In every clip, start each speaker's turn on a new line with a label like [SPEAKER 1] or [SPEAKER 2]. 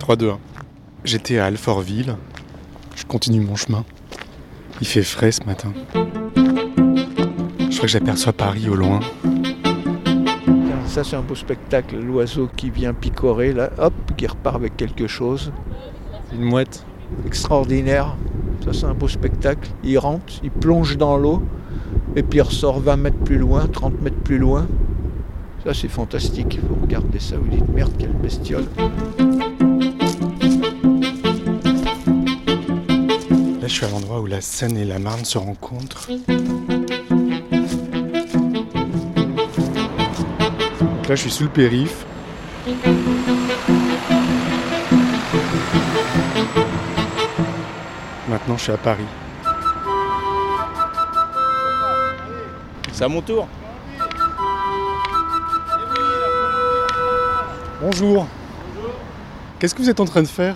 [SPEAKER 1] 3-2-1. J'étais à Alfortville. Je continue mon chemin. Il fait frais ce matin. Je crois que j'aperçois Paris au loin.
[SPEAKER 2] Ça, c'est un beau spectacle. L'oiseau qui vient picorer, là, hop, qui repart avec quelque chose.
[SPEAKER 3] Une mouette.
[SPEAKER 2] Extraordinaire. Ça, c'est un beau spectacle. Il rentre, il plonge dans l'eau, et puis il ressort 20 mètres plus loin, 30 mètres plus loin. Ça, c'est fantastique. Vous regardez ça, vous dites merde, quelle bestiole.
[SPEAKER 1] Là, je suis à l'endroit où la Seine et la Marne se rencontrent. Donc là, je suis sous le périph. Maintenant, je suis à Paris.
[SPEAKER 3] C'est à mon tour.
[SPEAKER 1] Bonjour. Qu'est-ce que vous êtes en train de faire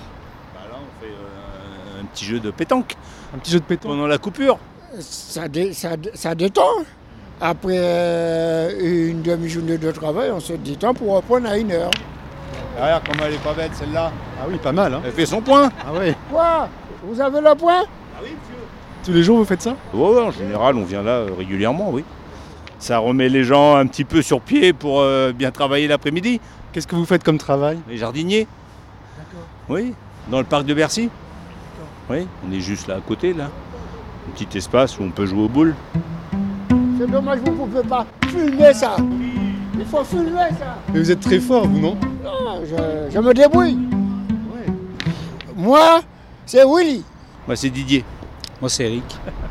[SPEAKER 3] là, on fait euh, un petit jeu de pétanque
[SPEAKER 1] Un petit jeu de pétanque
[SPEAKER 3] pendant la coupure.
[SPEAKER 4] ça, dé- ça, dé- ça détend. Après euh, une demi-journée de travail, on se détend pour reprendre à une heure.
[SPEAKER 3] Regarde comment elle est pas belle celle-là.
[SPEAKER 1] Ah oui, pas mal. Hein
[SPEAKER 3] Elle fait son point.
[SPEAKER 1] ah ouais.
[SPEAKER 4] Quoi Vous avez le point
[SPEAKER 1] Tous les jours, vous faites ça
[SPEAKER 3] Ouais, ouais, en général, on vient là euh, régulièrement, oui. Ça remet les gens un petit peu sur pied pour euh, bien travailler l'après-midi.
[SPEAKER 1] Qu'est-ce que vous faites comme travail
[SPEAKER 3] Les jardiniers. Oui, dans le parc de Bercy. Oui, on est juste là à côté, là. Un petit espace où on peut jouer aux boules.
[SPEAKER 4] C'est dommage, vous ne pouvez pas filmer ça. Il faut filmer ça.
[SPEAKER 1] Mais vous êtes très fort, vous, non
[SPEAKER 4] Ah, je, je me débrouille. Moi, c'est Willy.
[SPEAKER 3] Moi, c'est Didier.
[SPEAKER 5] Moi, c'est Eric.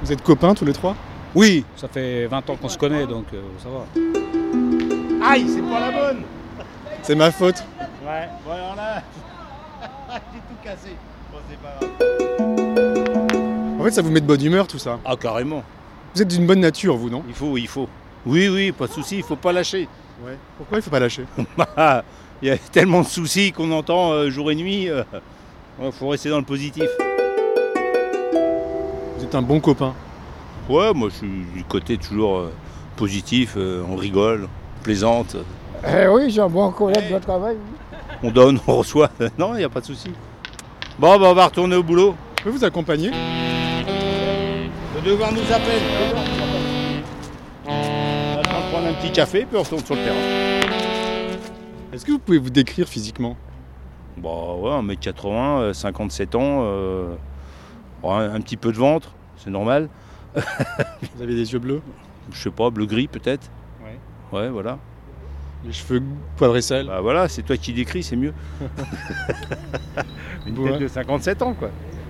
[SPEAKER 1] Vous êtes copains tous les trois
[SPEAKER 5] Oui, ça fait 20 ans qu'on se connaît, donc euh, ça va.
[SPEAKER 3] Aïe, c'est pas la bonne
[SPEAKER 1] C'est ma faute.
[SPEAKER 3] Ouais, bon alors là, j'ai tout cassé. Bon, c'est pas grave.
[SPEAKER 1] En fait, ça vous met de bonne humeur, tout ça.
[SPEAKER 3] Ah, carrément.
[SPEAKER 1] Vous êtes d'une bonne nature, vous, non
[SPEAKER 3] Il faut, il faut. Oui, oui, pas de souci, il faut pas lâcher.
[SPEAKER 1] Ouais. Pourquoi il faut pas lâcher
[SPEAKER 3] Bah, Il y a tellement de soucis qu'on entend euh, jour et nuit. Il faut rester dans le positif.
[SPEAKER 1] Vous êtes un bon copain.
[SPEAKER 3] Ouais, moi je suis du côté toujours euh, positif, euh, on rigole, on plaisante,
[SPEAKER 4] Eh oui, j'ai un bon collègue de travail.
[SPEAKER 3] on donne, on reçoit. Non, il n'y a pas de souci. Bon, bah, on va retourner au boulot.
[SPEAKER 1] Je peux vous accompagner
[SPEAKER 3] Le devoir nous appelle. On va prendre un petit café, puis on retourne sur le terrain.
[SPEAKER 1] Est-ce que vous pouvez vous décrire physiquement
[SPEAKER 3] Bah ouais, 1m80, euh, 57 ans, euh, bon, un, un petit peu de ventre, c'est normal.
[SPEAKER 1] Vous avez des yeux bleus,
[SPEAKER 3] Je sais pas, bleu gris peut-être.
[SPEAKER 1] Ouais.
[SPEAKER 3] Ouais, voilà.
[SPEAKER 1] les cheveux poivre-sel.
[SPEAKER 3] Bah voilà, c'est toi qui décris, c'est mieux. Une
[SPEAKER 1] Ouais.
[SPEAKER 3] tête de 57 ans, quoi.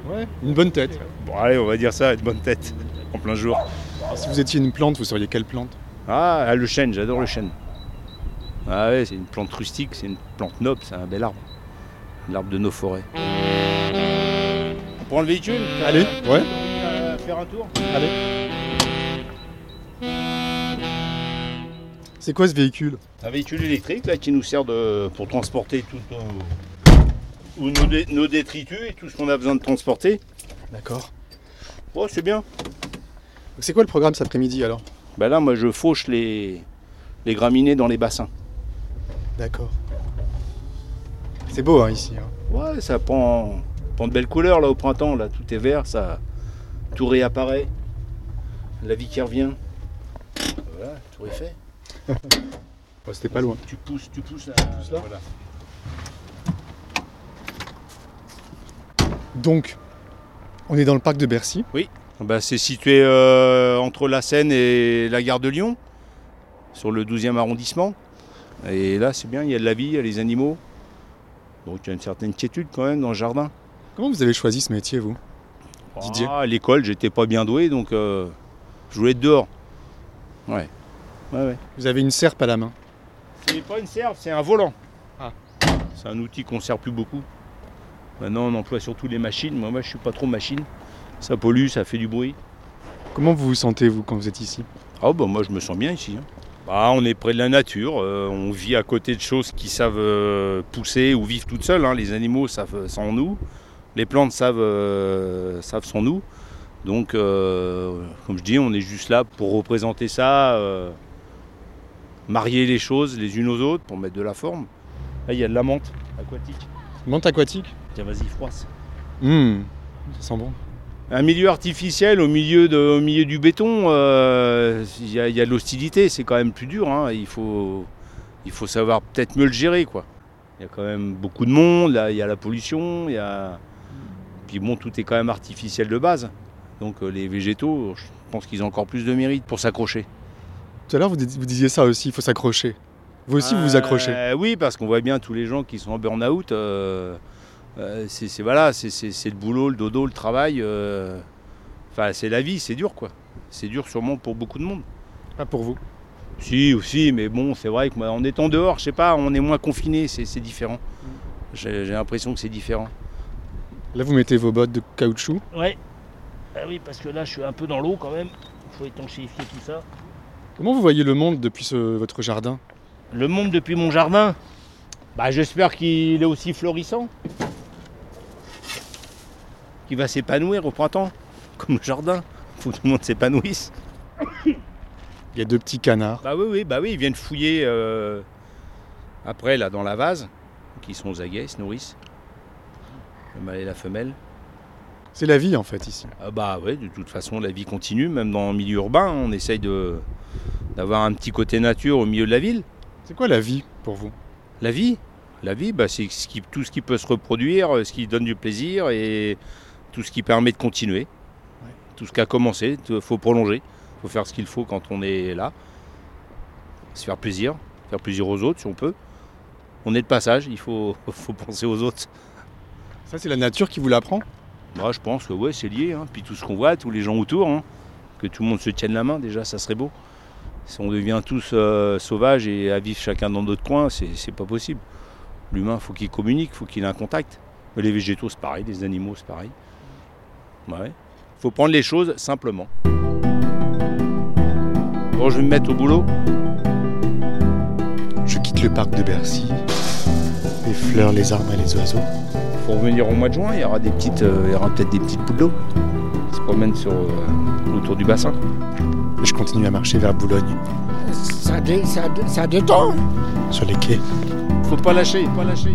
[SPEAKER 1] Ouais. Une bonne tête.
[SPEAKER 3] Bon allez, on va dire ça, une bonne tête, en plein jour.
[SPEAKER 1] Alors, si vous étiez une plante, vous seriez quelle plante
[SPEAKER 3] Ah, ah, le chêne, j'adore le chêne. Ah ouais, c'est une plante rustique, c'est une plante noble, c'est un bel arbre. L'arbre de nos forêts. On prend le véhicule
[SPEAKER 1] Allez, ouais.
[SPEAKER 3] faire un tour
[SPEAKER 1] C'est quoi ce véhicule
[SPEAKER 3] Un véhicule électrique là, qui nous sert de, pour transporter tout nos, ou nos, dé- nos détritus et tout ce qu'on a besoin de transporter.
[SPEAKER 1] D'accord.
[SPEAKER 3] Oh, c'est bien.
[SPEAKER 1] C'est quoi le programme cet après-midi alors
[SPEAKER 3] Bah là, moi, je fauche les, les graminées dans les bassins.
[SPEAKER 1] D'accord. C'est beau hein, ici. hein.
[SPEAKER 3] Ouais, ça prend, prend de belles couleurs là au printemps. Là, tout est vert, ça, tout réapparaît. La vie qui revient. Voilà, tout est fait.
[SPEAKER 1] Ouais, C'était pas loin.
[SPEAKER 3] Tu pousses, tu pousses là.
[SPEAKER 1] là
[SPEAKER 3] voilà.
[SPEAKER 1] Donc, on est dans le parc de Bercy.
[SPEAKER 3] Bah, c'est situé euh, entre la Seine et la gare de Lyon, sur le 12e arrondissement. Et là, c'est bien, il y a de la vie, il y a les animaux. Donc il y a une certaine quiétude quand même dans le jardin.
[SPEAKER 1] Comment vous avez choisi ce métier, vous Didier.
[SPEAKER 3] Ah, à l'école, j'étais pas bien doué, donc euh, je voulais être dehors. Ouais. Ouais, ouais.
[SPEAKER 1] Vous avez une serpe à la main.
[SPEAKER 3] C'est pas une serve, c'est un volant.
[SPEAKER 1] Ah.
[SPEAKER 3] C'est un outil qu'on ne sert plus beaucoup. Maintenant, on emploie surtout les machines. Moi, moi je suis pas trop machine. Ça pollue, ça fait du bruit.
[SPEAKER 1] Comment vous vous sentez, vous, quand vous êtes ici
[SPEAKER 3] Ah bah moi je me sens bien ici. hein. Bah on est près de la nature, euh, on vit à côté de choses qui savent euh, pousser ou vivre toutes seules. hein. Les animaux savent euh, sans nous, les plantes savent, euh, savent sans nous. Donc euh, comme je dis, on est juste là pour représenter ça, euh, marier les choses les unes aux autres pour mettre de la forme. Là il y a de la menthe aquatique.
[SPEAKER 1] Monte aquatique
[SPEAKER 3] Tiens, vas-y, froisse.
[SPEAKER 1] Hum, ça sent bon.
[SPEAKER 3] Un milieu artificiel au milieu, de, au milieu du béton, euh, il y, a- il y a de l'hostilité, c'est quand même plus dur. hein. Il, faut, il faut savoir peut-être mieux le gérer. quoi. Il y a quand même beaucoup de monde, là, il y a la pollution, il y a... Puis bon, tout est quand même artificiel de base. Donc euh, les végétaux, je pense qu'ils ont encore plus de mérite pour s'accrocher.
[SPEAKER 1] Tout à l'heure, vous, dis- vous disiez ça aussi, il faut s'accrocher. Vous aussi, vous vous accrochez.
[SPEAKER 3] Euh, Oui, parce qu'on voit bien tous les gens qui sont en burn-out. euh, euh, c'est c'est- voilà, c'est- c'est c'est le boulot, le dodo, le travail. euh, Enfin, c'est la vie, c'est dur, quoi. C'est dur sûrement pour beaucoup de monde.
[SPEAKER 1] Pas pour vous.
[SPEAKER 3] Si, aussi, mais bon, c'est vrai que moi, en étant dehors, je sais pas, on est moins confiné, c'est c'est différent. J'ai j'ai l'impression que c'est différent.
[SPEAKER 1] Là, vous mettez vos bottes de caoutchouc.
[SPEAKER 6] Ouais. Ah oui, parce que là, je suis un peu dans l'eau quand même. Il faut étanchéifier tout ça.
[SPEAKER 1] Comment vous voyez le monde depuis ce- votre jardin
[SPEAKER 6] Le monde depuis mon jardin, bah, j'espère qu'il est aussi florissant.
[SPEAKER 3] Qui va s'épanouir au printemps, comme le jardin. Faut que tout le monde s'épanouisse.
[SPEAKER 1] Il y a deux petits canards.
[SPEAKER 3] Bah oui, oui, bah oui, ils viennent fouiller euh, après là dans la vase, qui sont aux aguets, ils se nourrissent. Le mâle et la femelle.
[SPEAKER 1] C'est la vie, en fait, ici.
[SPEAKER 3] Ah bah ouais, de toute façon la vie continue, même dans le milieu urbain, on essaye de d'avoir un petit côté nature au milieu de la ville.
[SPEAKER 1] C'est quoi la vie pour vous
[SPEAKER 3] La vie, la vie, bah, c'est ce qui- tout ce qui peut se reproduire, euh, ce qui donne du plaisir et tout ce qui permet de continuer. Tout ce qui a commencé, il faut prolonger, faut faire ce qu'il faut quand on est là. Se faire plaisir, faire plaisir aux autres si on peut. On est de passage, il faut, faut penser aux autres.
[SPEAKER 1] Ça, c'est la nature qui vous l'apprend
[SPEAKER 3] Moi, Bah, je pense que ouais, c'est lié. hein. Puis tout ce qu'on voit, tous les gens autour, hein, que tout le monde se tienne la main, déjà, ça serait beau. Si on devient tous euh, sauvages et à vivre chacun dans notre coin, c'est c'est pas possible. L'humain, faut qu'il communique, faut qu'il ait un contact. Mais les végétaux, c'est pareil, les animaux, c'est pareil. Ouais. Faut prendre les choses simplement. Bon, je vais me mettre au boulot.
[SPEAKER 1] Je quitte le parc de Bercy. Les fleurs, les arbres et les oiseaux.
[SPEAKER 3] Faut revenir au mois de juin, il y aura des petites, euh, il y aura peut-être des petites poules d'eau qui se promènent sur, euh, autour du bassin.
[SPEAKER 1] Et je continue à marcher vers Boulogne,
[SPEAKER 4] Ça, dé- ça, dé- ça détend.
[SPEAKER 1] sur les quais.
[SPEAKER 3] Faut pas lâcher, pas lâcher.